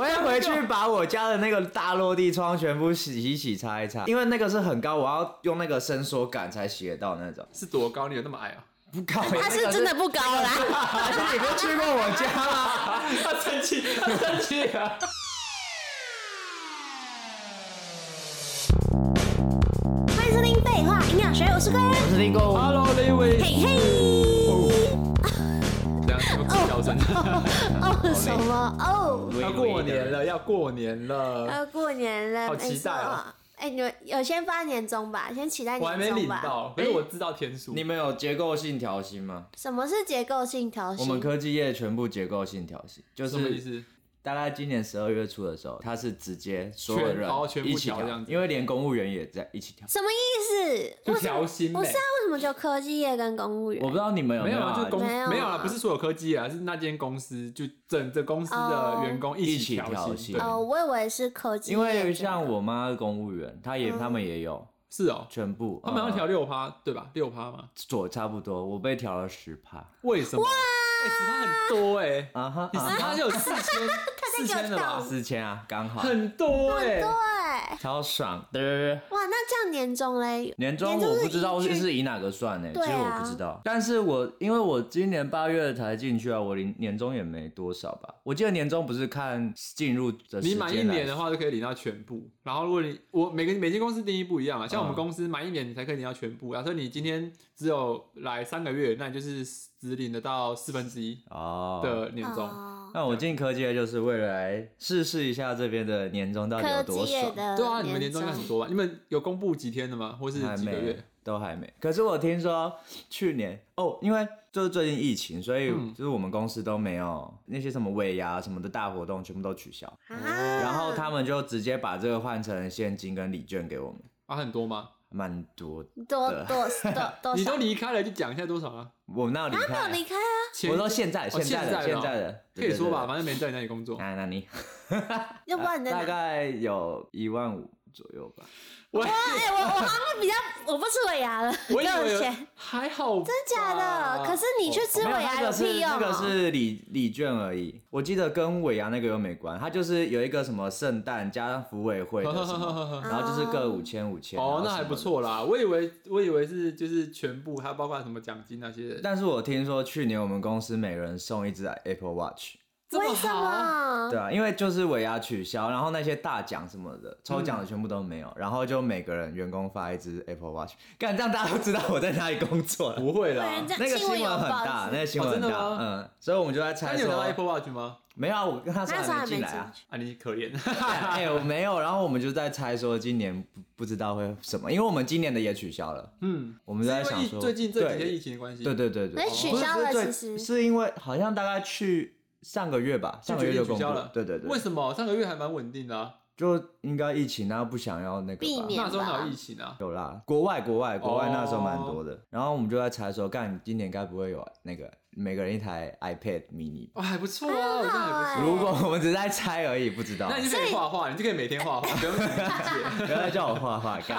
回去把我家的那个大落地窗全部洗一洗、擦一擦，因为那个是很高，我要用那个伸缩杆才洗得到那 种。是多高？你有那么矮啊？不高， 他是真的不高啦，而且你不是去过我家吗？他 生气，他生气了。欢迎收听《废话营养学》，我是贵人， 我是听过我 Hello，那位，嘿嘿，这样怎么更小声？哦什么哦，要过年了， 要过年了，要过年了，好期待哦没错！哎，你们有先发年终吧，先期待我还没年终领吧。到，可是我知道天数。 你们有结构性调薪吗？什么是结构性调我们薪？科技业全部结构性调薪，就什么意是思？大概今年十二月初的时候，它是直接所有全人包全部一起调这调样，子因为连公务员也在一起调。什么意思？就为什么调薪呗不是啊，为什么就科技业跟公务员我不？知道你们有没有啊啊，就是公没有啊没有啊，不是所有科技啊，是那间公司就整个公司的员工一起起调薪。薪对哦，我以为是科技业因整个，为像我妈是公务员，她也他们也有是哦，全部，他们要呃调六趴，对吧？六趴嘛？左差不多，我被调了十趴为什么？哎，十趴很多哎，啊哈你，十趴就有四 千，四千了吧？四千啊，刚好，很多哎对，，哇，超爽的。那这样年终嘞？年终我不知道年终是是是以哪个算呢、对啊其实我不知道。但是我因为我今年八月才进去啊，我年年终也没多少吧。我记得年终不是看进入的时你间满一来年的话就可以领到全部，然后如果你我每个每间公司定义不一样啊，嗯像我们公司满一年你才可以领到全部，假设你今天只有来三个月，那你就是只领得到四分之一哦。的年终。哦那我进科技业就是为了来试试一下这边的年终到底有科多技业爽。的对啊，你们年终应该很多吧？你们有公布几天的吗？或是还几个没月？，都还没。可是我听说去年哦，因为就是最近疫情，所以嗯就是我们公司都没有那些什么尾牙什么的大活动，全部都取消。啊，然后他们就直接把这个换成现金跟礼券给我们，啊，很多吗？蛮多的。多多多 多你少都？离开了，就讲一下多少啊？我那离没有开，离开啊，前我说现在，哦现在的，现现在在的的哦，可以说吧，对。啊反正没人在你那里工对对作。那那 你要不然你在大哪？概有一万五左右吧， 我哎，我我好像比较我不吃尾牙了，我以给为我有钱。 还好，真真假 的？可是你去吃没尾有牙那个是屁用、那哦个是礼礼券而已。我记得跟尾牙那个又没关，它就是有一个什么圣诞加上福委会的 什么，然后就是各五千五千。哦，然后那啊什么还的不。错啦。我以为我以为是就是全部，还包括什么奖金那些的。但是我听说去年我们公司每人送一只 Apple Watch，这么为什好么？对啊，因为就是尾牙取消，然后那些大奖什么的，抽奖的全部都没有，然后就每个人员工发一只 Apple Watch，干这样大家都知道我在哪里工作了。不会不啦啊然这。样那个新新闻闻有很报大，那纸个新闻很大，哦真嗯，所以我们就在那猜你有拿到说， Apple Watch 吗？没有啊，我跟他那说时候还没还没进进来啊，去啊，你可怜。 哎、我没有，然后我们就在猜说今年不不知道会什么，因为我们今年的也取消了，嗯，我们是就在因想为疫说最近这几天疫情的关系，对对对对对，那哦取消了不是不是其实是因为好像大概去上个月吧，上就个决月就定取公布消了。对对对为，什么上个月还蛮稳定的啊？就应该疫情，然后不想要那个吧避免那时候哪有疫情啊？有啦，国外国外国外哦那时候蛮多的，然后我们就在猜说，干今年该不会有那个每个人一台 iPad mini 吧？哦，还不错啊，我觉得还哎不如果我们只是在猜而已，不知道错。那。你就可以画画，你就可以每天画画，不用 理 不解。要再叫我画画，干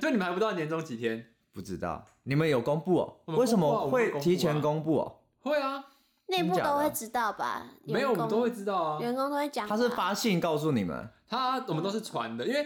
所以你们还不到年终几天？不知道你们有公布哦、我们公布啊为什么我们会公布啊提前公布哦、会啊，内部真假的都会知道吧？没有我员工们都会知道啊。员工都会讲吧。他是发信告诉你们，他我们都是传的，因为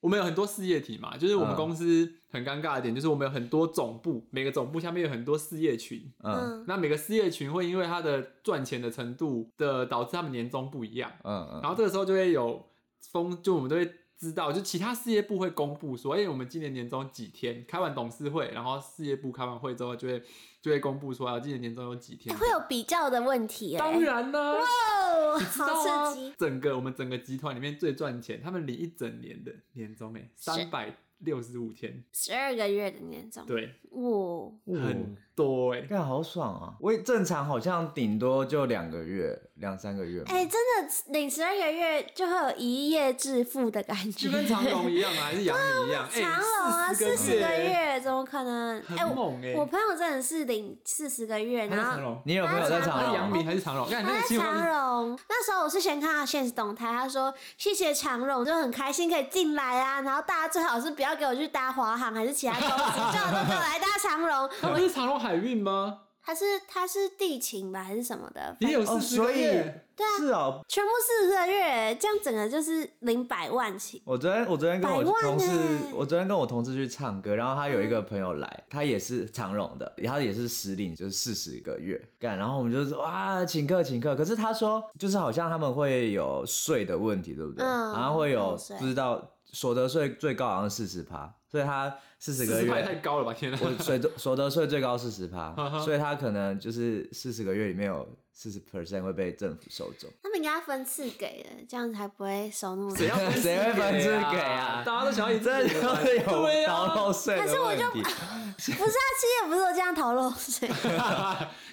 我们有很多事业体嘛，就是我们嗯公司很尴尬的点，就是我们有很多总部，每个总部下面有很多事业群，嗯嗯，那每个事业群会因为它的赚钱的程度的导致他们年终不一样，嗯然后这个时候就会有风，就我们都会知道，就其他事业部会公布说，哎、我们今年年终几天，开完董事会，然后事业部开完会之后就会就会公布说，啊，今年年终有几哎天。会有比较的问题、哎当然啦、哦，你知道好啊刺激，！整个我们整个集团里面最赚钱，他们领一整年的年终哎、欸，三百六十五天，十二个月的年终，对，哇，嗯，很多哎、干好爽啊！我也正常好像顶多就两个月、两三个月嘛。哎、真的领十二个月就会有一夜致富的感觉，就跟长隆一样啊，还是杨幂一样，哎、 长隆啊，四40十个欸，月怎么可能？哎、很猛哎、欸，我我朋友真的是领四十个月，还是然后长隆，你有没有在他场是那杨有？幂还是长隆，看那他个在新长 闻。荣，那时候我是先看他现实动态，他说谢谢长荣，就很开心可以进来啊。然后大家最好是不要给我去搭华航还是其他公司，叫我都给我来搭长荣。他不是长隆海运吗？他是他是地勤吧还是什么的，啊也有哦，四十所个以月，是哦，全部四个月，这样整个就是领百万起。我昨天我昨天跟我百万嗯同事欸，我昨天跟我同事去唱歌，然后他有一个朋友来，他也是长荣的，他也是实领，就是四十个月干，然后我们就说哇，请客请客，可是他说就是好像他们会有税的问题，对不对？嗯好像会有扣税不知道所得税最高好像四十趴，所以他四十个40块月太高了吧？天哪！我所得所得税最高四十趴哈哈，所以他可能就是四十个月里面有四十 percent 会被政府收走。他们应该分次给的，这样才不会收那么 多谁。要分次谁会分次给啊大家都想要一次这给就吧是 对有啊逃漏税可是的我问就题。不是啊，其实也不是我这样逃漏 税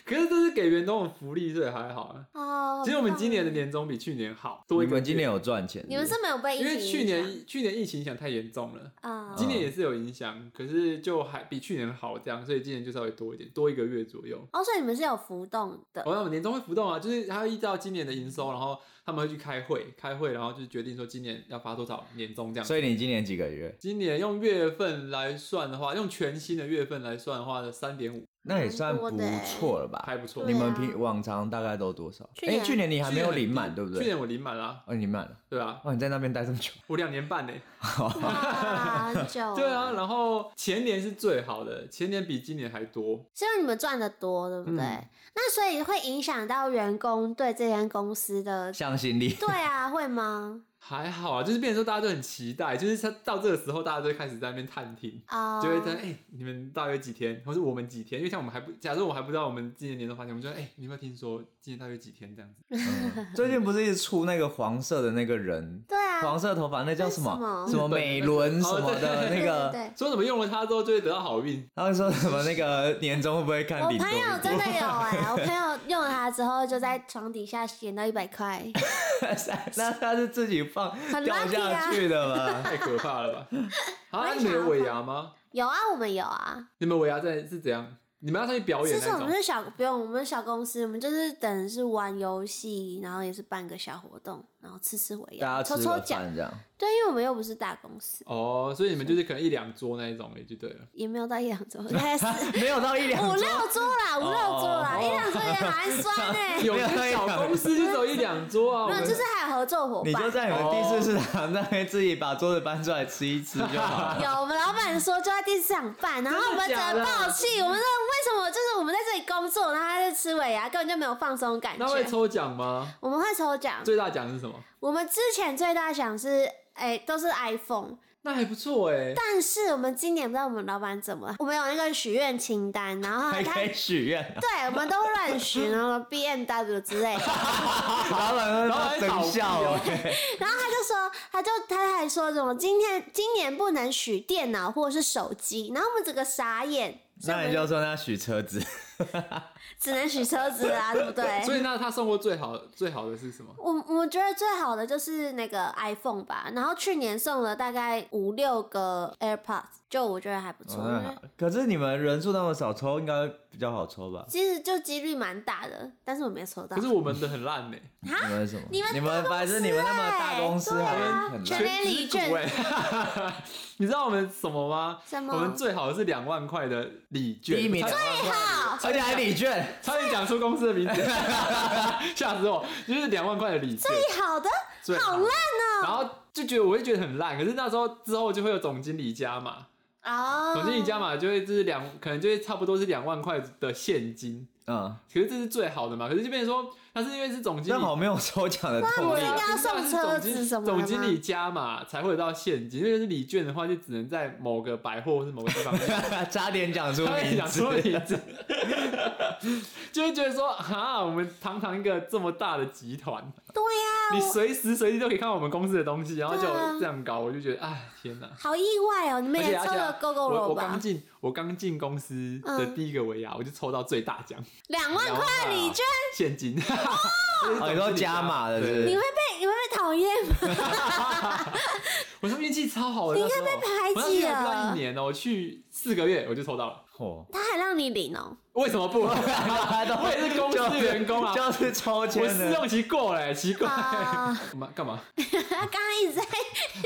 可是这是给员工的福利，所以还好啊。哦。其实我们棒今年的，年终比去年好 多一你个们月。今年有赚钱？你们是没有被疫因情为去影响年去年疫情影响太严重了，啊，今年也是有影响，可是就还比去年好这样，所以今年就稍微多一点，多一个月左右。哦，所以你们是有浮动的好像我们年终会浮动啊，就是他会依照今年的营收，然后他们会去开会，开会然后就决定说今年要发多少年终这样。所以你今年几个月？今年用月份来算的话，用全新的月份来算的话，三点五那也算不错了吧？还不错。欸对你们对啊平往常大概都多少？去哎，年去年你还没有去年领满，对不去对？年我零满啦，哦，你满了。对啊，哇，你在那边待这 么久，我两年半呢、哇，很久哦 了。对啊，然后前年是最好的，前年比今年还多。是因为你们赚的多，对不对？嗯那所以会影响到员工对这间公司的，向心力对啊，会吗？还好啊，就是变成说大家都很期待，就是他到这个时候，大家都会开始在那边探听，啊、就会在哎、你们大约几天，或者我们几天，因为像我们还不，假设我还不知道我们今年年终发钱，我们就哎、你有没有听说今年大约几天这样子？嗯最近不是一直出那个黄色的那个人，对啊，黄色头发那叫什那是什么么什么美轮什么哦的对那对个，对。说什么用了它之后就会得到好运，他们说什么那个年终会不会看我顶多 朋一点？友真的 有哎、我朋友用了它之后，就在床底下捡到一百块，那他是自己放很掉 lucky 啊下去的 吗？太可怕了吧？啊，我那也你们想要有尾牙吗？有啊，我们有啊。你们尾牙在是怎样？你们要上去表其演实那我们种？是小，不用，我们是小公司，我们就是等于是玩游戏，然后也是办个小活动，然后吃吃尾大牙，家抽吃抽个奖。饭这样，对，因为我们又不是大公司，哦，所以你们就是可能一两桌那一种也就对了。也没有到一两周，大 概是没有到一两五周六桌啦，五六桌啦，哦一两桌也蛮酸 哎、有些小公司就只有一两桌啊，我 没有，们就是还有合作伙你就伴。在你们第四市哦场那边自己把桌子搬出来吃一吃就 好了。有，我们老板说就在第四场办，然后我们整假的个爆气，我们说为什么就是我们在这里工作，然后他在吃尾牙，根本就没有放松感那会觉。抽奖吗？我们会抽奖，最大奖是什么？我们之前最大奖是哎、都是 iPhone，那还不错哎、但是我们今年不知道我们老板怎么了，我们有那个许愿清单，然后还他可以许愿， 对我们都乱许，然后 B M W 之类的。老板老板会倒真闭笑哦 哎，然后他就说，他就他还说什么今天今年不能许电脑或者是手机，然后我们整个傻眼，所以我那们你就说那许车子， 只能许车子 啊，对不所对？以那他送过最好最好的是什么？我我觉得最好的就是那个 iPhone 吧，然后去年送了大概五六个 AirPods，就我觉得还不错。哦因为可是你们人数那么少，抽应该比较好抽吧？其实就几率蛮大的，但是我没抽到可。是我们的很烂呢、欸你们是什么？你们你们反正你们那么大公司对还啊很全烂，联礼券全职股欸 你知道我们什么吗？什么我们最好的是两万块的礼券，第一名差最好，而且还礼券，差点讲出公司的名字， 吓死我！就是两万块的礼券，最好的最好烂哦然后就觉得我会觉得很烂，可是那时候之后就会有总经理加码，哦，总经理加码就会就是两，可能就会差不多是两万块的现金。嗯，可是这是最好的嘛？可是就变成说，但是因为是总经那理好没有抽奖的动不力应啊，该要送车子什么的吗总经理加码才会有到现金，因为是礼券的话，就只能在某个百货或是某个 地方买。啊，差点讲出他会名讲说 字，名字，就会觉得说哈，我们堂堂一个这么大的集团，对呀、你我随时随地都可以看到我们公司的东西，然后就对啊这样搞，我就觉得哎，天哪！好意外哦，你们而且也而抽且了啊 GoGo 我罗我刚吧？进我刚进公司的第一个尾牙，我就抽到最大奖两万两万块块礼啊券，现金， 哦你说加码的是不是你会被你会被讨厌吗？我说运气超好的，你那时候被排挤我那时候还不到了一年哦，我去四个月我就抽到了，哦，他还让你领哦、为什么 不？我我也是公司员工 啊，就是抽我签试的用期过嘞，奇怪，啊，干嘛干嘛？他刚刚一直在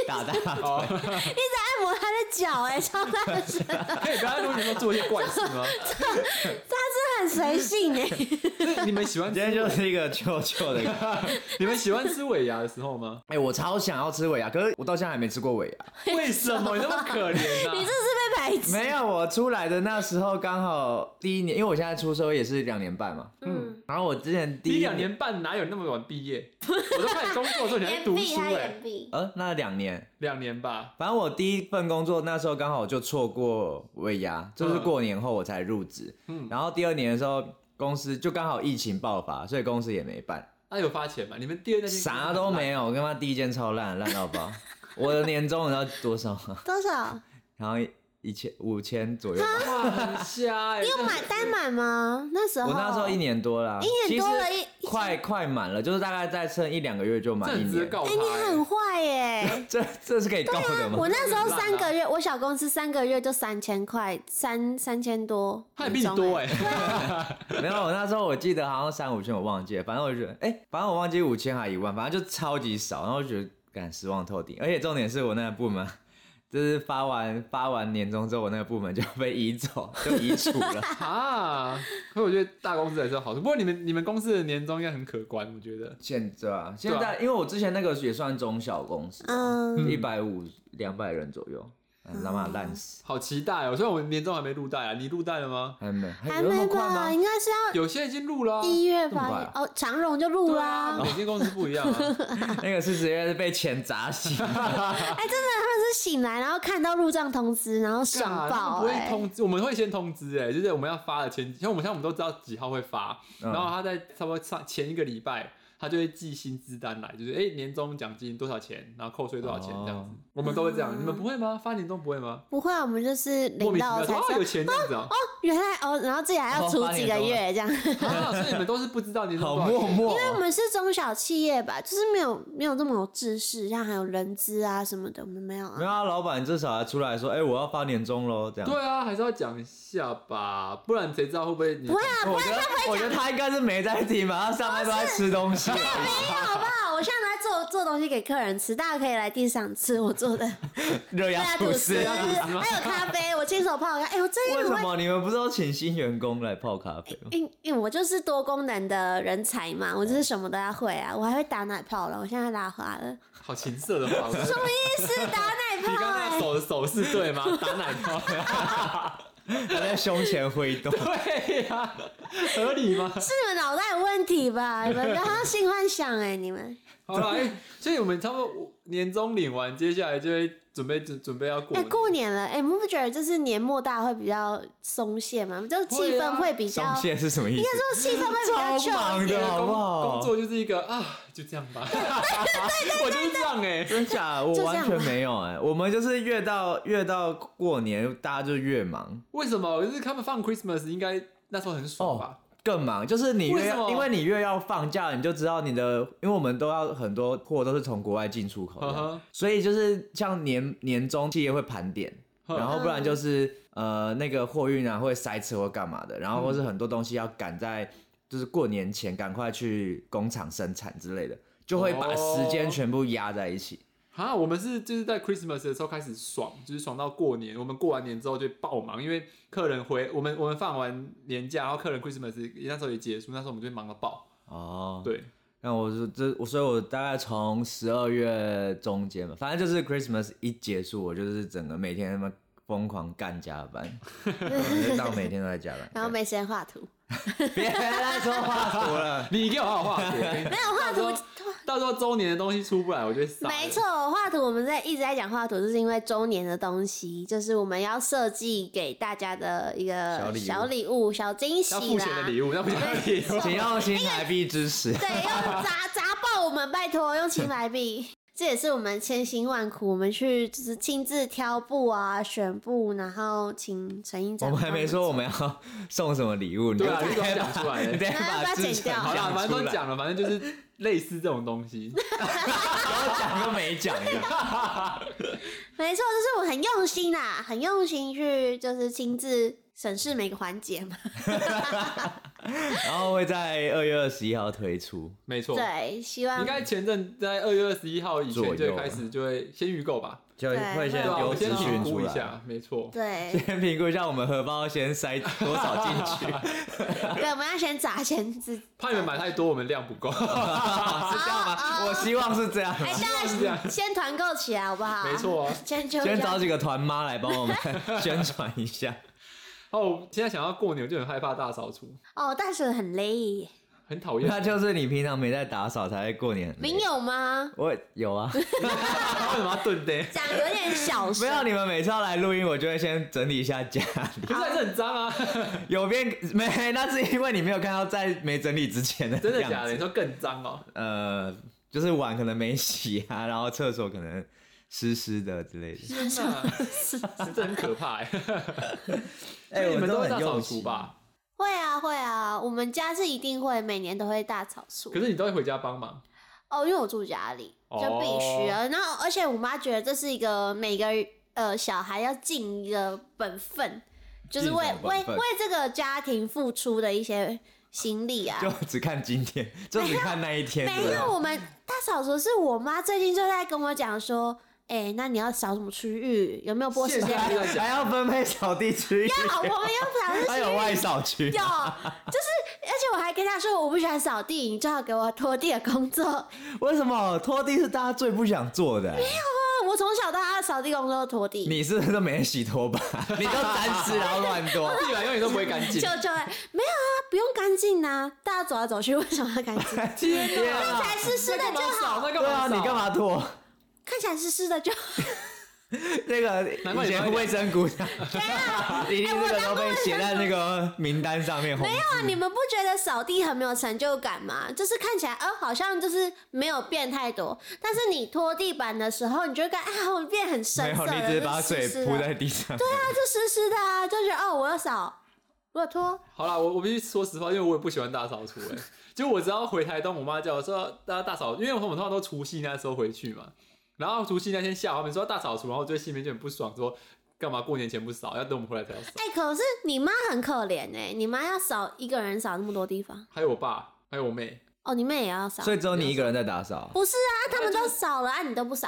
打 大哦，按摩他的脚，哎，超大声， 可以不要在录音中做一些怪事吗？他很随性 哎、那你们喜欢今吃天就是一个旧旧的。 你们喜欢吃尾牙的时候吗？哎、我超想要吃尾牙，可是我到现在还没吃过尾牙。为什么你那么可怜啊 你呢、这是被排挤。没有，我出来的那时候刚好第一年，因为我现在出社会也是两年半嘛。嗯，然后我之前第你一两，年半哪有那么晚毕业？我都开始工作嗯的时候你还在眼读闭书他哎、眼闭，呃，那两年，两年吧。反正我第一份工作那时候刚好就错过尾牙，就是过年后我才入职。嗯，然后第二年的时候，公司就刚好疫情爆发，所以公司也没办，那、啊有发钱吗？你们第二那些啥都没有。我他妈第一间超烂，烂到 爆。我的年终你知道多少吗？多少？然后一千五千左右 吧。哇，很瞎哎、欸！你有买单买吗？那时候我那时候一年多啦，哦一年多了其一实快快满了，就是大概再剩一两个月就这满一很值得年。告哎、他、你很欸。坏耶、 这这是可以告的吗我？那时候很烂啊三个月，我小公司三个月就三千块，三三千多，他也比你多哎、哎、没有，我那时候我记得好像三五千，我忘记了，反正我就觉得，哎、反正我忘记五千还一万，反正就超级少，然后就觉得感失望透顶。而且重点是我那个部门，就是发完发完年终之后，我那个部门就被移走，就移除了。 啊！可我觉得大公司还是有好处，不过你们你们公司的年终应该很可观，我觉得。现在啊，现在、因为我之前那个也算中小公司，嗯，一百五两百人左右，嗯他妈烂死，好期待哦！虽然我们年终还没入袋啊，你入袋了吗？还没还还有那没么快吧？吗？应该是要有些已经入了啊、一月这么快吧啊？哦，长荣就录对啦、啊，每间公司不一样啊。 那个是直接是被钱砸醒。哎、真的，他们是醒来然后看到入账通知，然后爽啊他们爆不哎、会通知，我们会先通知哎、就是我们要发的前，像我们像我们都知道几号会发，嗯然后他在差不多上前一个礼拜，他就会寄薪资单来，就是哎、年终奖金多少钱，然后扣税多少钱哦这样子，我们都会这样，你们不会吗？发年终不会吗？不会，我们就是莫名领其到妙才说知啊道有钱这样子哦、原来 哦，然后自己还要哦除八几年个多了月 这样。啊所以你们都是不知道年终好多默少钱。默因为我们是中小企业吧，就是没有没有这么有制式，像还有人资啊什么的，我们没有没有啊。啊，老板至少还出来说，哎、我要发年终喽，这样。对啊，还是要讲一下吧，不然谁知道会不会你？不会啊，我觉得，我觉得他应该是没在听吧，他上班都在吃东西。没有好不好？我现在在做做东西给客人吃，大家可以来地上吃我 做的热对啊压吐吐司。司，吐司吗还有咖啡，我亲手泡的咖。哎、我最近为很什会，么你们不是都请新员工来泡咖啡吗？因因为我就是多功能的人才嘛，我就是什么都要会啊，我还会打奶泡了，我现在打花了，好情色的话，我什么意思？打奶你泡、刚才哎，手的手势对吗？打奶泡。他在胸前挥 动。对呀、合理吗？是你们脑袋有问题吧？你们不要性幻想哎、你们。好了，哎、所以我们差不多年终领完，接下来就会准备准准备要过哎、年。过年了，哎、你们不觉得就是年末大家会比较松懈吗？就气会啊氛会比较，松懈是什么意思？就气氛会比 较超忙 chill 一的点。好不好工作就是一个啊，就这样吧。我就是这样哎、真假 的？我就这完样全没有哎、我们就是越到越到过年，大家就越忙，为什么？就是他们放 Christmas 应该那时候很爽吧？更忙。就是你为越什么因为你越要放假，你就知道你的，因为我们都要很多货都是从国外进出口呵哦的，呵所以就是像年年终企业会盘点，呵嗯然后不然就是呃那个货运啊会塞车或干嘛的，然后或是很多东西要赶在就是过年前赶快去工厂生产之类的，就会把时哦间全部压在一起。啊，我们是就是在 Christmas 的时候开始爽，就是爽到过年。我们过完年之后就爆忙，因为客人回我们我们放完年假，然后客人 Christmas 那时候也结束，那时候我们就忙到爆。哦，对，那我是这我，所以我大概从十二月中间嘛，反正就是 Christmas 一结束，我就是整个每天他妈疯狂干加班，我就到每天都在加班， 然后没时间画图，别再说话术了。你给我好好画图，没没有画图， 到时候周年的东西出不来，我就会傻。没，错，画图我们在一直在讲画图，就是因为周年的东西，就是我们要设计给大家的一小礼物个小礼物、小惊喜要付钱的啦。礼物，要付钱的礼物。请用新台币支持。对，用砸砸爆我们，拜托，用青白币。这也是我们千辛万苦，我们去就是亲自挑布啊、选布，然后请陈英我长。们还没说我们要送什么礼物，你对就啊，直你都接讲出来你直了。接把它把剪之前 掉好啦，讲反出正都来，讲了，反正就是类似这种东 西。然后讲跟没讲一样。没错，就是我很用心啦，很用心去就是亲自审视每个环节嘛。然后会在二月二十一号推出。没错，对，嗯希望应该前阵在二月二十一号以前左就右会开始就会先预购吧，就对会先对啊，丢我资先讯评出估一来，下，没错，对，先评估一下我们荷包先塞多少进去，对，我们要先砸钱自，怕你们买太多，我们量不够， 是这样啊吗？我希望 是这样。 哎，大是这样家先团购起来好不 好？没，错啊。先就先找几个团妈来帮我们宣传一 下。哦，现在想要过年，我就很害怕大扫除，哦，但是很累，很 讨厌。那就是你平常没在打扫，才会过年。您，啊有吗？我有 啊。为什么要顿呆？讲有点小没声，有，你们每次要来录音，我就会先整理一下家里。可是还是很脏 啊！有边没？那是因为你没有看到在没整理之前的真的样假的？你子。说更脏 哦？呃，就是碗可能没洗啊，然后厕所可能湿湿的之类的。天哪，啊 这很可怕哎！哎、所以你我们都会很大扫用除心？吧？会啊会啊，我们家是一定会每年都会大扫除可。是你都会回家帮忙哦，因为我住家里，就必须啊。然后，而且我妈觉得这是一个每个呃小孩要尽一个本分，就是为尽什么为本分为这个家庭付出的一些心力啊就。只看今天，就只看那一天。没对啊吧有，我们大扫除是我妈最近就在跟我讲说，哎、那你要扫什么区域？有没有拨时间现在表？在讲还要分配扫地区，好，我们要 扫还是有外扫区有，就是，。而且我还跟她说，我不喜欢扫地，你最好给我拖地的工作。为什么拖地是大家最不想做的、我从小到大扫地工作都拖地，你是不是都没洗拖把？ 你都沾湿然后乱拖。 地板永远都不会干净 就。就会没有啊，不用干净呐，大家走来走去为什么要干净？ 天哪！才湿湿的就好，那干对嘛啊，扫你干？嘛拖？看起来湿湿的就。 那个难以怪你前卫生 股长，一定这个都被写在那个名单上面。没有那啊你们不觉得扫地很没有成就感吗？就是看起来，呃，好像就是没有变太多，但是你拖地板的时候，你就会感啊，我变很深没有，色了，你只是把就水湿湿的铺在地上。对啊，那就湿湿的啊，就觉得哦，我要扫，我要拖，好啦，我我必须说实话，因为我也不喜欢大扫除哎、 就我只要回台东，我妈叫我说大家大扫，因为我们通常都除夕那时候回去嘛。然后除夕那天下午，他们说要大扫除，然后我就心里面就很不爽，说干嘛过年前不扫，要等我们回来才要扫。哎、可是你妈很可怜哎、你妈要扫一个人扫那么多地方，还有我爸，还有我妹，哦，你妹也要扫，所以只有你一个人在打扫。不是啊，他们那都就扫了啊，你都不扫，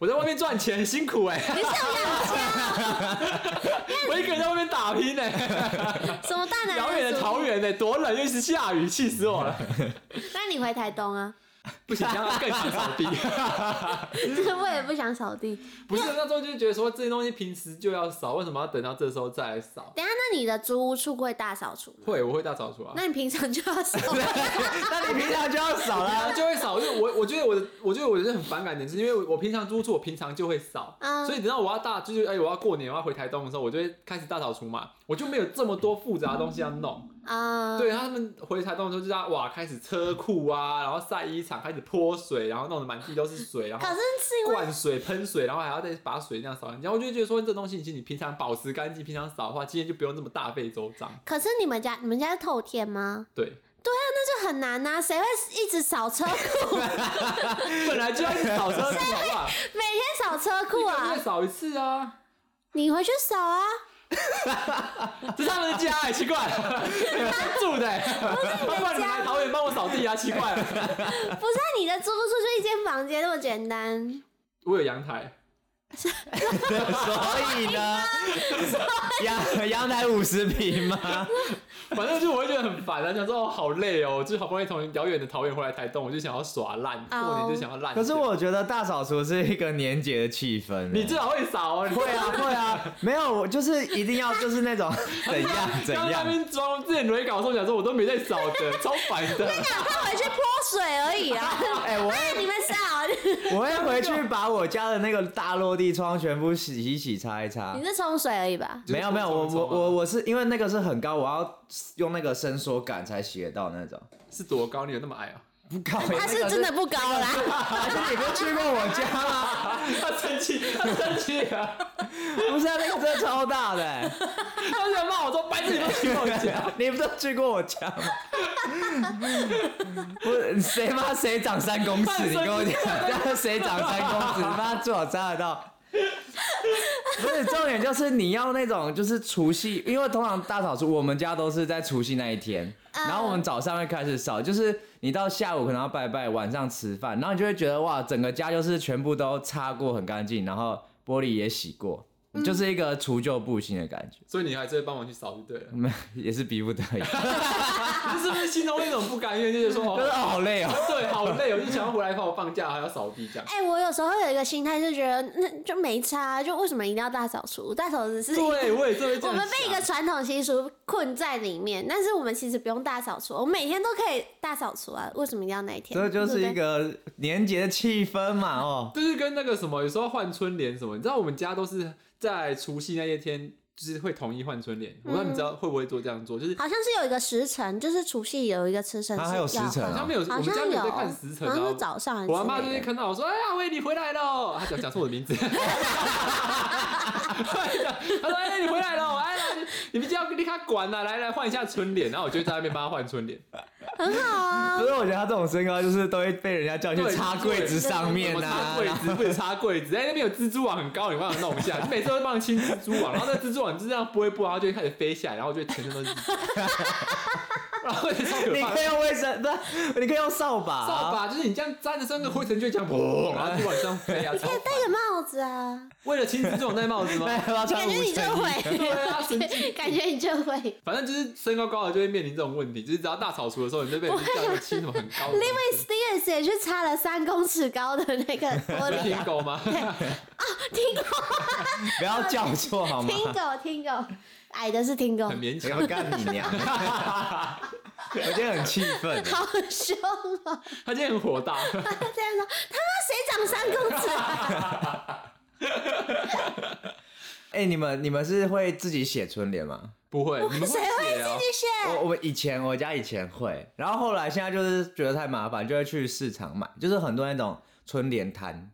我在外面赚钱辛苦哎、你是有养家。哦 我一个人在外面打拼哎、 什么大男人？遥远的桃。园哎、多冷，又一直下雨，气死我了！那你回台东啊？ 不行，这样更想扫地。就是我也不想扫地。不是那时候就觉得说这些东西平时就要扫，为什么要等到这时候再来扫？等一下，那你的租屋处会大扫除吗？会，我会大扫除啊。那你平常就 要扫。啊那你平常就要扫啦 他。就会扫，因为我我觉得我的，我觉得我是很反感的点，是因为我平常住处我平常就会扫，嗯所以等到我要大就是哎、我要过年我要回台东的时候，我就会开始大扫除嘛，我就没有这么多复杂的东西要弄。啊，对他们回台东的时候就是要哇开始车库啊，然后晒衣场开始泼水，然后弄得满地都是水，然后可是是因为灌水喷水，然后还要再把水那样扫干净。我就觉得说这东西，其实你平常保持干净，平常扫的话，今天就不用这么大费周章。可是你们家你们家是透天吗？对，那就很难呐、谁会一直扫 车库？本来就要一直扫车库，好不好？每天扫车库一个啊月？扫一次啊。你回去扫啊？这是他们的家、哎，奇怪，他住的、欸，不然你们来桃园帮我扫地啊，奇怪。不是、啊，你的租屋处就一间房间那么 简单。我有阳台，所以 呢，阳阳台五十平 吗？反正就我会觉得很烦啊，想说哦好累哦，就是好不容易从遥远的桃园回来台东，我就想要耍烂，哦过年就想要烂。可是，我觉得大扫除是一个年节的气氛欸。你至少会扫哦，你会啊 会啊，没有，我就是一定要就是那种 怎样怎刚刚在那样。边装自己轮搞说，想说我都没在扫的， 超烦的。他回去泼水而 已啊！哎、我哎，你们扫，我会回去把我家的那个大落地窗全部洗一洗、擦一擦你。是冲水而已吧？没有没有，我就是冲我一冲啊我我是因为那个是很高，我要用那个伸缩杆才洗得到那种。是多高？你有那么矮啊？不 高，他是真的不高啦。而且你不是去过我家吗？ 他生气，他生气啊！不是啊，那个真的超大的、欸，他想骂我说白痴，你都去我啊家。你不都去过我家吗？不是谁妈谁长三公尺，你跟我讲，谁长三公尺，妈最好扎得到。不是重点，就是你要那种就是除夕，因为通常大扫除，我们家都是在除夕那一天，然后我们早上会开始扫，就是你到下午可能要拜拜，晚上吃饭，然后你就会觉得哇，整个家就是全部都擦过很干净，然后玻璃也洗过，就是一个除旧布新的感觉， 所以你还是会帮忙去扫就对了。没也是逼不得已，就是你是不是心中一种不甘愿， 就是说，哦哦，好累哦。对，好累，我就想要回来帮我放假，还要扫地这样。哎、我有时候会有一个心态，就觉得那就没差，啊就为什么一定要大扫除？大扫除只是对，我也 这么我们被一啊个传统习俗困在里面，但是我们其实不用大扫除，我们每天都可以大扫除啊，为什么一定要那一天？这就是对一不对个年节的气氛嘛，哦，就是跟那个什么，有时候换春联什么，你知道我们家都是在除夕那一天，就是会统一换春联。我不知道你知道会不会做这样做，就是好像是有一个时辰，就是除夕有一个时辰是它要，还有时辰啊好像没有，我好们家像没有有在看时辰好像啊是。早上还是之类我的。阿妈就是看到我说：“哎呀，喂，你回来喽！” 她讲讲错我的名字，她说：“哎，你回来喽！哎，你们家你看管啊，来来换一下春联。”然后我就在那边帮她换春联。很好啊嗯可，是我觉得他这种身高就是都会被人家叫去哦对擦柜子上面我擦啊，柜子不是擦柜子，哎、那边有蜘蛛网很高，你帮我弄一下。你每次都会帮我清蜘蛛网，然后那蜘蛛网就这样拨一拨，然后就会开始飞下来，然后我就全身都是蜘蛛， 然后就超可 你怕可。以用卫生，不，你可以用扫把、啊 扫。把就是你这样沾着身个灰尘就会这样哦砰，然后就往上飞啊！超戴个帽子啊，为了清蜘蛛网戴帽子对吗？，要穿感觉无 你就尘衣。对会，啊，神经。感觉你就 会。反正就是身高高的就会面临这种问题，就是只要大扫除的时候，你就被人家啊叫你清什么很高的。 Louis Steers 也去擦了三公尺高的那个玻璃，啊听狗 吗？不要叫错好 吗？ Tingo Tingo，矮的是 Tingo，很勉不强要。干你 娘！我今天很气欸愤。好凶哦！他今天很火 大。他这样说，他妈谁长三公尺、啊？哎、你们你们是会自己写春联吗？不会，你们谁会写啊自？己写？我我们以前我家以前会，然后后来现在就是觉得太麻烦，就会去市场买，就是很多那种春联摊，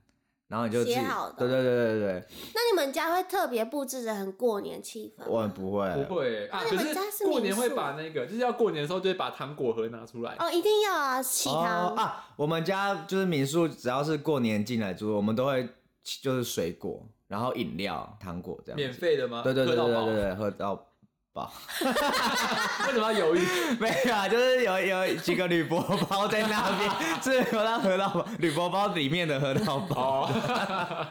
然后你就自己写好的对对对对对，那你们家会特别布置的很过年气氛吗？我很不会，不会啊，那你可们家是是过年民宿会把那个，就是要过年的时候就会把糖果盒拿出来。哦，一定要啊，喜哦糖、啊！我们家就是民宿，只要是过年进来住，我们都会就是水果，然后饮料、糖果这样子。免费的吗？对对对喝到对饱对对，喝到饱。 为什么要犹豫？ 没有啊，就是有有几个铝箔包在那边，是喝到喝到饱，铝箔包里面的喝到饱。哦，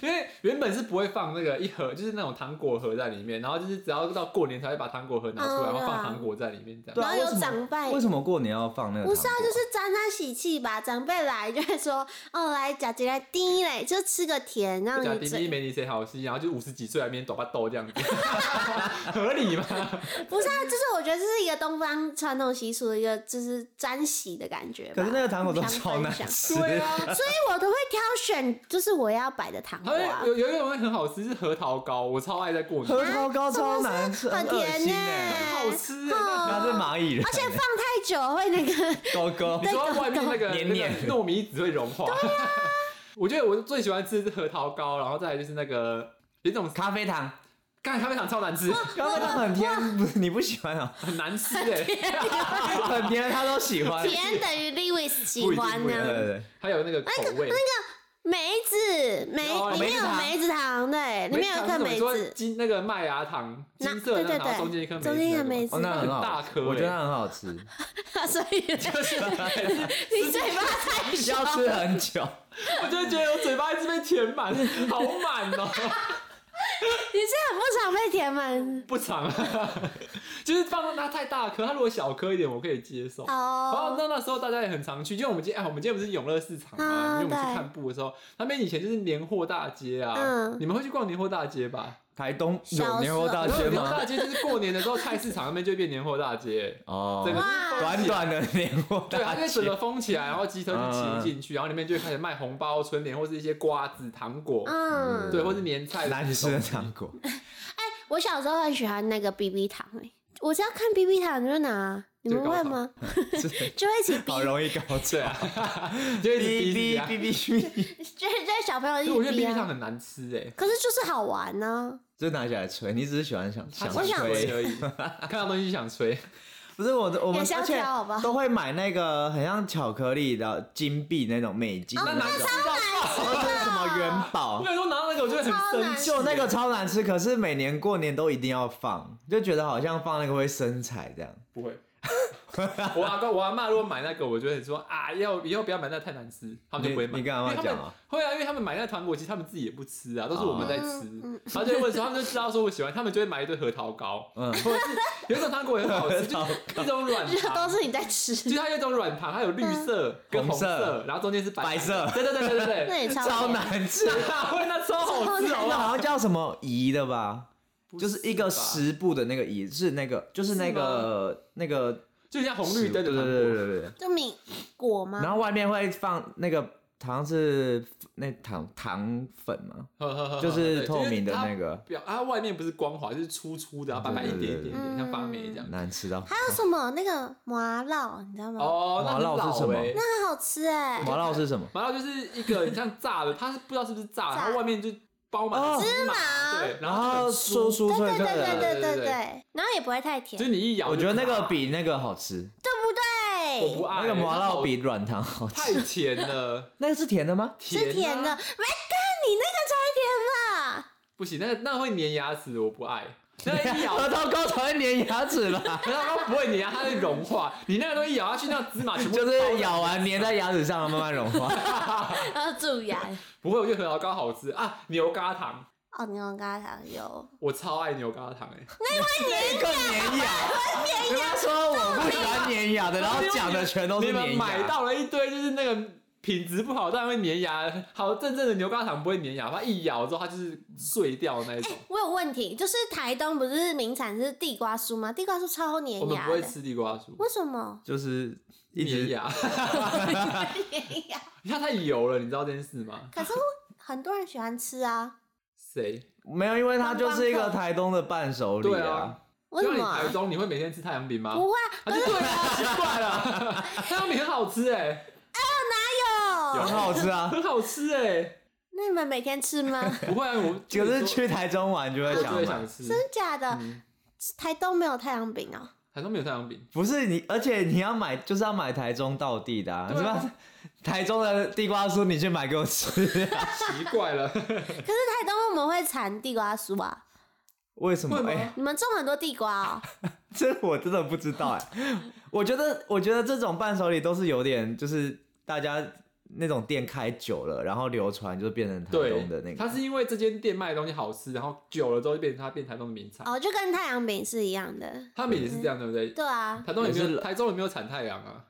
因为原本是不会放那个一盒，就是那种糖果盒在里面，然后就是只要到过年才会把糖果盒拿出来，嗯然后对啊放糖果在里面这对样。啊然为后什有么长辈。为什么过年要放那个糖不果？是啊，就是沾沾喜气吧。长辈来就会说：“哦，来贾吉来第一嘞，就吃个甜，让贾你丁丁嘴。没你谁好戏，然后就五十几岁还没抖吧抖这 样子， 合理吗？”不是啊，就是我觉得这是一个东方传统习俗的一个，就是沾喜的感觉吧。可是那个糖果都互相超分难享吃。对啊，所以我都会挑选，就是我要摆的糖还果、啊哎有。有有一种会很好吃是核桃糕，我超爱在过年，核桃糕超难吃，很恶甜心耶哎。好吃哎、哦那是蚂蚁人而且放太久会那个，狗狗你。说外面那个黏那黏个糯米纸会融化。对啊呀、 我觉得我最喜欢吃的是核桃糕，然后再来就是那个有一种咖啡糖，干咖啡糖超难吃，咖啡糖很甜，不是你不喜欢 啊？很难吃 哎、很甜，他都喜欢。甜等于 Lewis 不喜一定欢不一呢、对定对对，还有那个口味，梅子梅哦里梅子面有糖梅子糖，对，里面有一颗糖梅是什么你说子，金那个麦芽糖，那金色对的，对然后对中间一颗梅子，中间一颗梅子哦，那很好，很大颗我觉得欸它很好吃， 所以你嘴巴太小要，吃很久。我就觉得我嘴巴一直被填 满，好满哦、 你是很不常被填满不长啊， 就是放到它太大颗，它如果小颗一点我可以接受。然后哦。那那时候大家也很常去，因为我们今天哎，我们今天不是永乐市场啊嘛，因为我们去对看布的时候，那边以前就是年货大街啊，嗯你们会去逛年货大街吧？台东小时候有牛肉大然后街年货吗？大街就是过年的时候，菜市场那边就会变年货大街，哦整个就是封哇短起来。短的年货对，它大就整街嗯个，封起来，然后机车就骑不进去，然后里面就会开始卖红包、春联或是一些瓜子、糖果，嗯，对，或是年菜。难吃的糖果。我小时候很喜欢那个 BB 糖诶、我只要看 BB 糖就拿，你们会吗？就会一起 逼，好容易搞错 对，啊，就一直逼哔自己哔啊。哔哔哔， 就是就是小朋友所以我觉得一起冰逼糖啊。很难吃哎，可是就是好玩啊呢、就拿起来吹。你只是喜欢想它想我只是想吹吹， 而已，看到东西就想吹。不是我的，我们也是要而且挑好不好都会买那个很像巧克力的金币那种美金的那那难吃种，哦到爆，或者是什么元很饱我跟。你说拿到那个我就会很哦超生难气，哎就那个超难吃，可是每年过年都一定要放，就觉得好像放那个会生财这样。不会。 我阿公我阿妈如果买那个，我就会说啊，要以后不要买那太难吃，他们就不会买。你你跟阿嬷因为他们讲啊会啊，因为他们买那糖果，其实他们自己也不吃啊，都是我们在吃。嗯然后就会问说，他们就知道说我喜欢，他们就会买一堆核桃糕，啊嗯，或者是有一种糖果也很好吃，就是一种软这糖都，是你在吃，就是它有一种软糖，它有绿色跟嗯红红色色，然后中间是白白色的对对对对 对那对。也超超甜难吃，哪会那超好吃，好不那好好？像叫什么姨的吧？ 就是一个吧，十步的那个姨，是那个就是那个那个就像红绿灯的对对糖果。对对对对。就米果吗？然后外面会放那个好像是那糖糖粉嘛，呵呵呵呵就是对透明的那个它表，它外面不是光滑，就是粗粗的，然后白白一对对点对一点一对点，对像发霉这嗯样。难吃到。还有什么那个麻辣，你知道吗？哦，那很麻辣是什么老欸那很好吃哎、麻辣是什么？麻辣就是一个很像炸的，它是不知道是不是炸的，炸它外面就包满哦芝麻对，然然后后很酥酥，酥脆脆对对对的，对对对对对对，然后也不会太甜，就对是你一咬，我觉得那个比那个好吃，我不不对？爱那个麻它辣好比软糖哎好吃。太甜 了，那个是甜的吗？是甜的，没看啊你那个才甜吧？不行，那那会粘牙齿，我不爱。那 一咬，核桃糕才会粘牙齿 吧？然后它不会粘牙，它会融化。你那个东西咬下去，那芝麻全部就是咬完粘在牙齿上，然后慢慢融化。然后 蛀牙。不会，我觉得核桃糕好吃啊！牛轧糖，哦，牛轧糖有，我超爱牛轧糖哎、更粘牙。 你妈说我不喜欢粘牙的，然后讲的全都是你们粘买牙。到了一堆就是那个品质不好，但会粘牙。好，真正的牛轧糖不会粘牙，它一咬之后它就是碎掉那一种。我有问题，就是台东不是名产是地瓜酥吗？地瓜酥超我哎粘们牙不会的，吃地瓜酥，为 什么？就是一粘直牙，粘牙？它太油了，你知道这件事吗？可是很多人喜欢吃啊，谁？没有，因为它就是一个台东的伴手礼对啊。为就什像你么台啊？中，你会每天吃太阳饼 吗？不会啊，就对啊，奇怪了， 太阳饼很好吃哎、啊，很有。好吃啊。很好吃哎、那你们每天吃吗？不会、啊，我可是去台中玩就会我就想会买想，吃。真假的？嗯台东没有太阳饼哦。台中没有太阳饼，不是你，而且你要买就是要买台中道地的、啊，对是啊吧？ 台中的地瓜酥你去买给我吃，啊奇怪了，可是台东我们会产地瓜酥啊， 为什么？会吗哎、你们种很多地瓜哦。这我真的不知道哎、我觉得，我觉得这种伴手礼都是有点，就是大家那种店开久了，然后流传就变成台对东的那，个。它是因为这间店卖的东西好吃，然后久了之后就变成它变台东的名产。哦，就跟太阳饼是一样的。他们也是这样，对不对？对啊，台东也没也是有，台中也没有产太阳啊，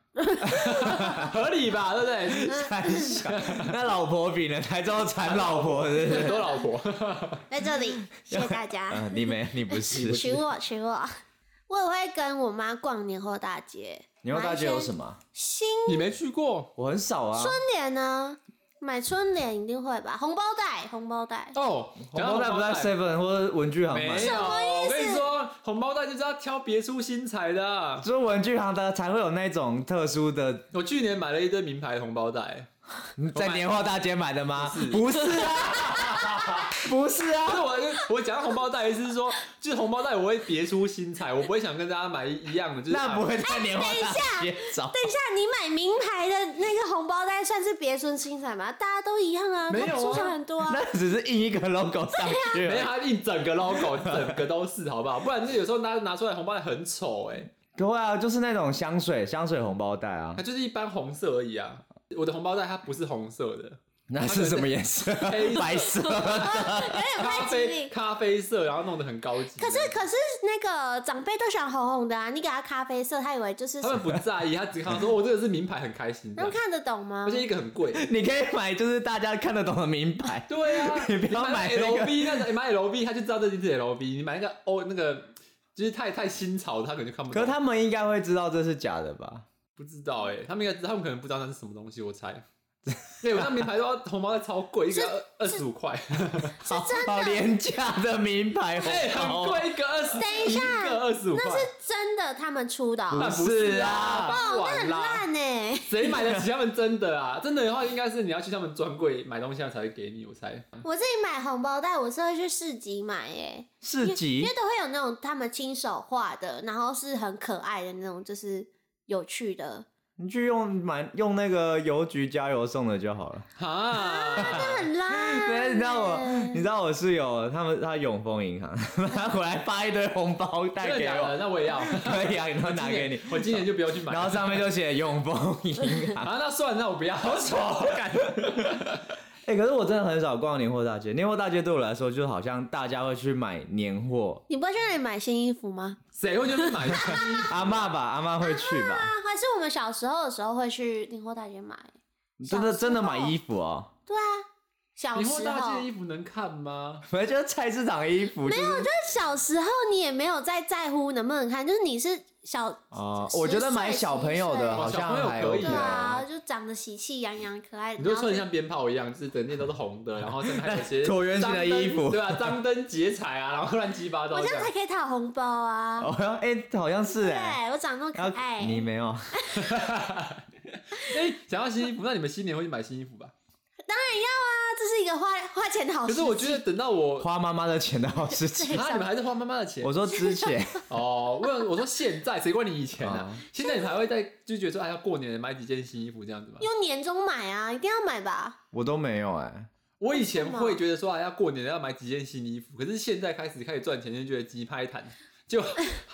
合理吧？对 不对？太小，那老婆饼呢？台中产老婆是不是？ 很多老婆，在这里谢谢 大家，嗯，你没，你不是。娶我娶我。我也会跟我妈逛年货大街。牛肉大街有什么？么？啊新 你没去过我很少啊。年呢？买春联一定会吧？红包袋，红包袋。哦？红包袋不在 Seven 或者文具行买没，有，我跟你说，红包袋就是要挑别出心裁的啊。只有文具行的才会有那种特殊的。我去年买了一堆名牌的红包袋， 你在我买年货大街买的吗？不不是啊， 不是啊不。是我，我讲到红包袋，意思是说，就是红包袋我会别出心裁，我不会想跟大家买一一样的，就是啊那不会在年货大街找。等一下，你买名牌的那个红包袋算是别出心裁吗？大家都一样啊，没有它啊出场很多啊。那只是印一个 logo 上去而没已有，它印整个 logo，整个都是，好不好？不然这有时候拿拿出来红包袋很丑哎、不会啊，就是那种香水香水红包袋啊它，就是一般红色而已啊。我的红包袋它不是红色的，那是什么颜色？ 黑色白色。 有点咖太吉啡利。咖啡色，然后弄得很高级。可是可是那个长辈都喜欢红红的啊，你给他咖啡色，他以为就是他们不在意，他只看到说我这个是名牌，很开心这能样。看得懂吗而？且一个很贵。你可以买就是大家看得懂的名牌。对啊，你不要买那个 L V，那个买 L V 他就知道这是 L V。你买那个哦，那个就是太太新潮，他可能就看不可懂。是他们应该会知道这是假的吧？不知道哎、他们应该知道，他们可能不知道那是什么东西，我猜。 对，我那名牌都要红包袋超贵，一个二十五块，好好廉价的名牌红哎，很包，贵，一个二十，等一下个二十五块，那是真的，他们出的哦、那不不是是啊啊，哦，不那玩很啦。烂呢、欸谁买得起他们真的啊？真的的话，应该是你要去他们专柜买东西，他们才会给你。我猜，我自己买红包袋，我是会去市集买耶、市集因为都会有那种他们亲手画的，然后是很可爱的那种，就是有趣 的，你去用买用那个邮局加油送的就好了。 啊，很烂。欸对，你知道我，你知道我室友，他们他永丰银行， 他回来发一堆红包真带的给假的？我，那我也要，可以啊，然后 拿给你，我今年就不要去买。然后上面就写永丰银行， 啊，那算了，那 我不要。好丑，哎、可是我真的很少逛年货大街，年货大街对我来说，就好像大家会去买年货，你不会去那里买新衣服吗？谁会去 买？阿嬷吧，阿嬷会去吧，啊，还是我们小时候的时候会去订货大街买？真的小时候真的买衣服哦，对啊，小你时候货大街的衣服能看吗？我觉得菜市场的衣服就是小时候你也没有在在乎能不能看，就是你是小，哦，十我觉得买岁小朋友十岁的好像还小朋友可以对 OK 啊，就长得喜气洋洋、可爱的，你就然后穿得像鞭炮一样，就是整件都是红 的，然后上面还有一些椭圆形的衣服张灯对啊，张灯结彩啊，然后乱七八糟我这这样 样才。可以讨红包啊！哦，哎、好像是哎、对我长那么可然后爱，你没有，哎，讲到新衣服，那你们新年会去买新衣服吧？那啊这是一个花花钱的好可事哦是情。我觉得等到我，花妈妈的钱的好事情。啊，你们还是花妈妈的 钱我说之前，哦。我我说现在，谁管你以前哦？啊现在你还会在就觉得说，哎，要过年买几件新衣服这样子吗？用年终买啊，一定要买吧。我都没有哎、我以前会觉得说啊，要过年要买几件新衣服，可是现在开始开始赚钱，就觉得鸡拍谈， 就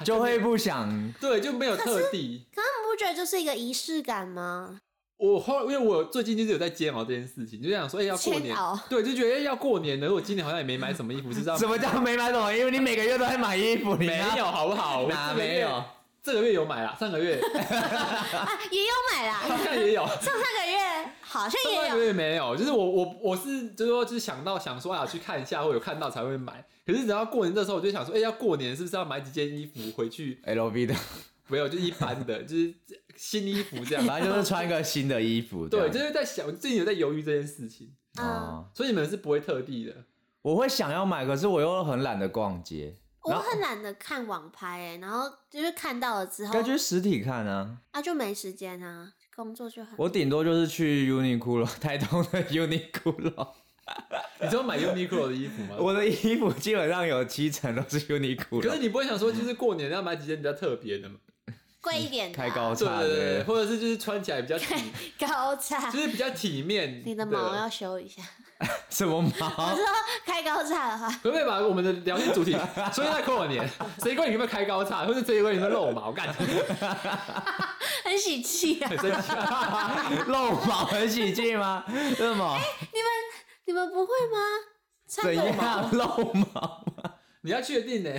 就会不想。对就没有特地。可他们不觉得就是一个仪式感吗？我后因为我最近就是有在煎熬这件事情，就想说，哎、要过煎年 熬，对，就觉得、哎要过年了，我今年好像也没买什么衣服， 是这样什么叫没买懂？因为你每个月都在买衣服，你没有好不好？我哪 这个月没有？这个月有买啦，上个月 啊，也有买啦，好像也有，上上个月好像哎也上有个。月没有。就是我我我是就是说就是想到想说啊，去看一下，或有看到才会买。可是只要过年这时候，我就想说，哎、要过年是不是要买几件衣服回去？ L V 的，没有，就一般的， 就是新衣服这样。 反正就是穿个新的衣服这 对，样。就是啊在想，最近有在犹豫这件事情，嗯，哦，所以你们是不会特地的。我会想要买，可是我又很懒得逛街，我然后很懒得看网拍欸，然后就是看到了之后该去实体看啊。啊就没时间啊，工作就很。我顶多就是去 Uniqlo 台东的 Uniqlo， 你只有买 Uniqlo 的衣服吗？我的衣服基本上有七成都是 Uniqlo。可是你不会想说，就是过年要买几件比较特别的嘛？贵一点的啊、嗯开高对差对对，的，或者是就是穿起来比较体，高叉就，是比较体 面。你的啊毛要修一下。什么毛？啊开高叉的话，可不可以把我们的聊 天主题说一下过年？谁管你有没有开高叉，或者谁管你有没有露毛？ 干，很很喜气啊！生气。露毛很喜剧吗？什哎么？你们不会吗？穿怎个毛样露毛？你要确定呢、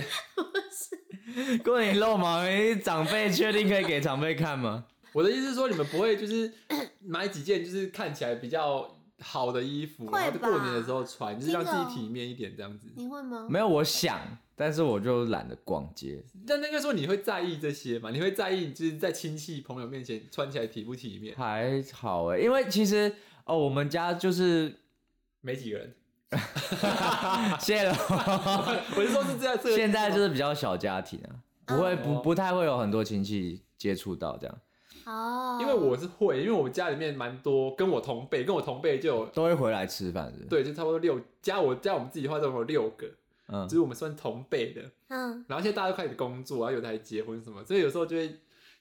过年露毛，你长辈确定可以给长辈看吗？我的意思是说，你们不会就是买几件就是看起来比较好的衣服，会然后在吧过年的时候穿，就是让自真的己体面一点这样子。你会吗？没有，我想，但是我就懒得逛街。但那个时候你会在意这些吗？你会在意就是在亲戚朋友面前穿起来体不体面？还好哎、因为其实哦，我们家就是没几个 人，啊谢 了，我是说是这样。这个现在就是比较小家庭啊，哦不会不不太会有很多亲戚接触到这样，哦，因为我是会，因为我家里面蛮多跟我同辈，跟我同辈就有都会回来吃饭是不是？对，就差不多六加我加我们自己的话，总共有六个，嗯就，是我们算同辈的。嗯，然后现在大家都开始工作，然后有的还结婚什么，所以有时候就会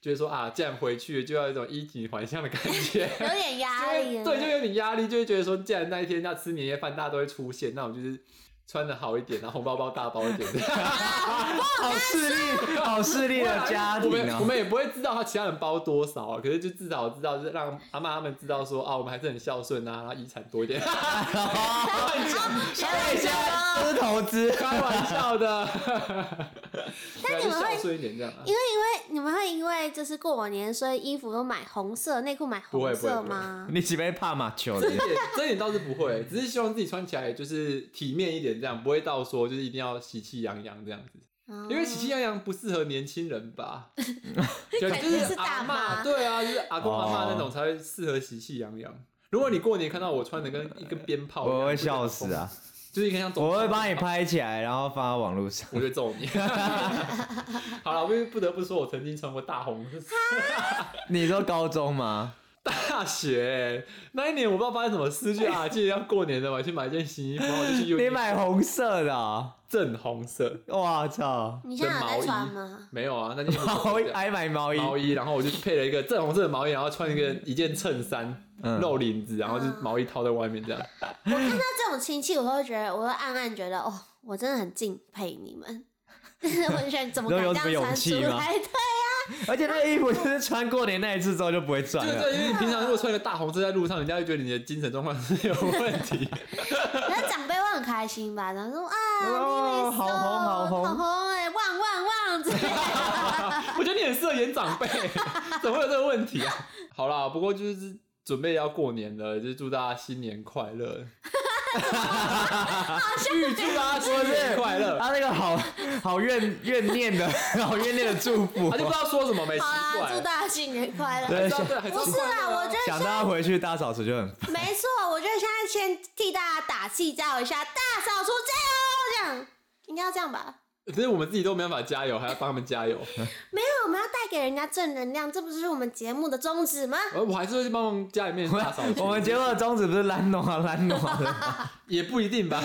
觉得说啊，这样回去就要有一种衣锦还乡的感觉。 有点压力对，啊。对， 就有点压力，就会觉得说，既然那一天要吃年夜饭，大家都会出现，那我们就是穿的好一点，然后红包包大包一 点。好势利， 好势利的家我们庭我哦。们也不会知道他其他人包多少啊，可是就至少知道，就是让阿妈他们知道说啊，我们还是很孝顺啊，然后遗产多一点。 对，哎现在小说，这是投资，开玩笑的，那你们会孝顺一点这样啊？因为因为你们会因为就是过年，所以衣服都买红色，内裤买红色吗？你岂被怕马球这的一？点这一点倒是不会，只是希望自己穿起来就是体面一点，这样不会到说就是一定要喜气洋洋这样子，哦因为嗯喜气洋洋不适合年轻人吧？ 就肯定是阿大嬷妈对啊，就是阿公阿哦妈那种才会适合喜气洋洋。如果你过年看到我穿的跟一根鞭炮一样，我会笑死啊！哦就是一根像走，我会帮你，拍起来，然后发到网络上。我就揍你。 好了，我不不得不说，我曾经穿过大红色你说高中吗？大学欸、那一年我不知道发生什么事，就啊，记得要过年了嘛，去买一件新衣服，然后我就去你 U 买红色的哦，正红色，我操！你现在有在穿吗？没有啊，那件衣服毛衣是这样还买毛衣，毛衣，然后我就配了一个正红色的毛衣，然后穿一个一件衬衫，嗯露领子，然后就是毛衣套在外面这样。看到这种亲戚，我会觉得，我会暗暗觉得，哦，我真的很敬佩 你们。我选怎么敢都有这这么样勇穿气出吗啊来？对， 而且那个衣服就是穿过年那一次之后就不会穿对了。对，因为你平常如果穿一个大红色在路上，人家会觉得你的精神状况是有问题。 然后长辈会很开心吧？然后说啊，你哦以为好红好红好红哎，旺旺旺之类 的。我觉得你很适合演长辈，怎么会有这个问题啊？好啦，不过就是准备要过年了，就是祝大家新年快乐，预祝大家不新是年快乐。他那个好好怨怨念的 好怨念的祝 福啊他，就不知道说什么，没奇好啦，祝怪。啊大家新年快乐。对还是要还要不是快啦，乐我啊觉得想到要回去大扫除就很没错，我觉得现在先替大家打气，加油一下，大扫除加油！这样应该要这样吧？可是我们自己都没办法加油，还要帮他们加油。没有，我们要带给人家正能量，这不是我们节目的宗旨吗？而我还是会去帮忙家里面大扫除。我们节目的宗旨不是懒惰啊，懒惰啊。也不一 定吧。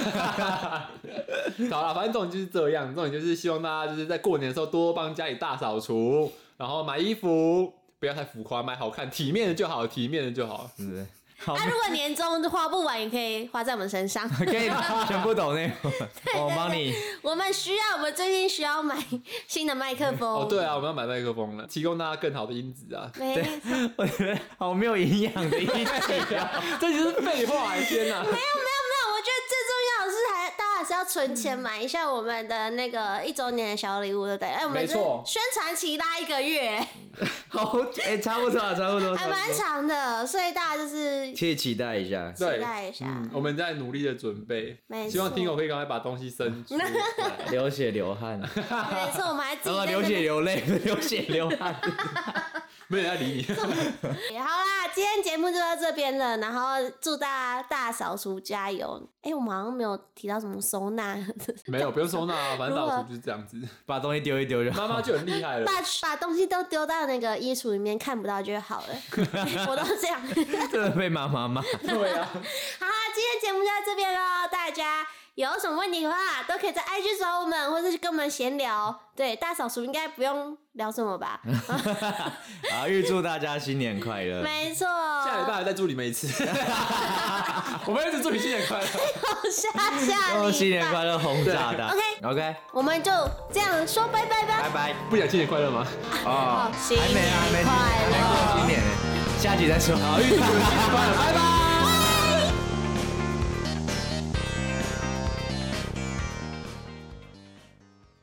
好了，反正重点就是这样，重点就是希望大家就是在过年的时候多帮家里大扫除，然后买衣服不要太浮夸，买好看、体面的就好，体面的就好。是不是？啊好那、，如果年终花不完，也可以花在我们身上。可以 全部抖那个，我帮你。我们需要，我们最近需要买新的麦克风。。哦，对啊，我们要买麦克风了，提供大家更好的音质啊没没我觉得好没有营养的一集 啊！哦这就是废话，天 哪！有，我觉得最重要的是还大家还是要存钱买一下我们的那个一周年的小礼物，对不对？哎，我们没这错宣传期拉一个月，好，哎、差不多了，差不多，还蛮长的，所以大家就是可以期待一下。对期待一下，嗯，我们在努力的准备，没错希望听友可以赶快把东西生 出来。流血流汗，没错，我们还 自然己后流在那血边。流泪，流血流汗。没有人要理你， 好啦，今天节目就到这边了，然后祝大家大扫除加油！哎、我们好像没有提到什么收纳，没有，不用收纳啊，反正如果大扫除就是这样 子。把东西丢一丢就好。妈妈就很厉害了把，把东西都丢到那个衣橱里面看不到 就好了，我都这样。 真的被妈妈骂。对啊。好啦，今天节目就到这边喽，大家有什么问题的话，都可以在 IG 找我们，或者是跟我们闲聊。对，大扫除应该不用聊什 么吧？好，预祝大家新年快乐。没错，下礼拜再祝你们一次， 我们一直祝你新年快乐。 下 下礼祝拜，哦新年快乐，红炸的。 OK OK，我们就这样说拜拜吧。拜拜。 不想新年快乐 吗？哦，新还没啊，还没，年快还乐没过新年呢，下集再说。好，预祝新年快乐，拜拜。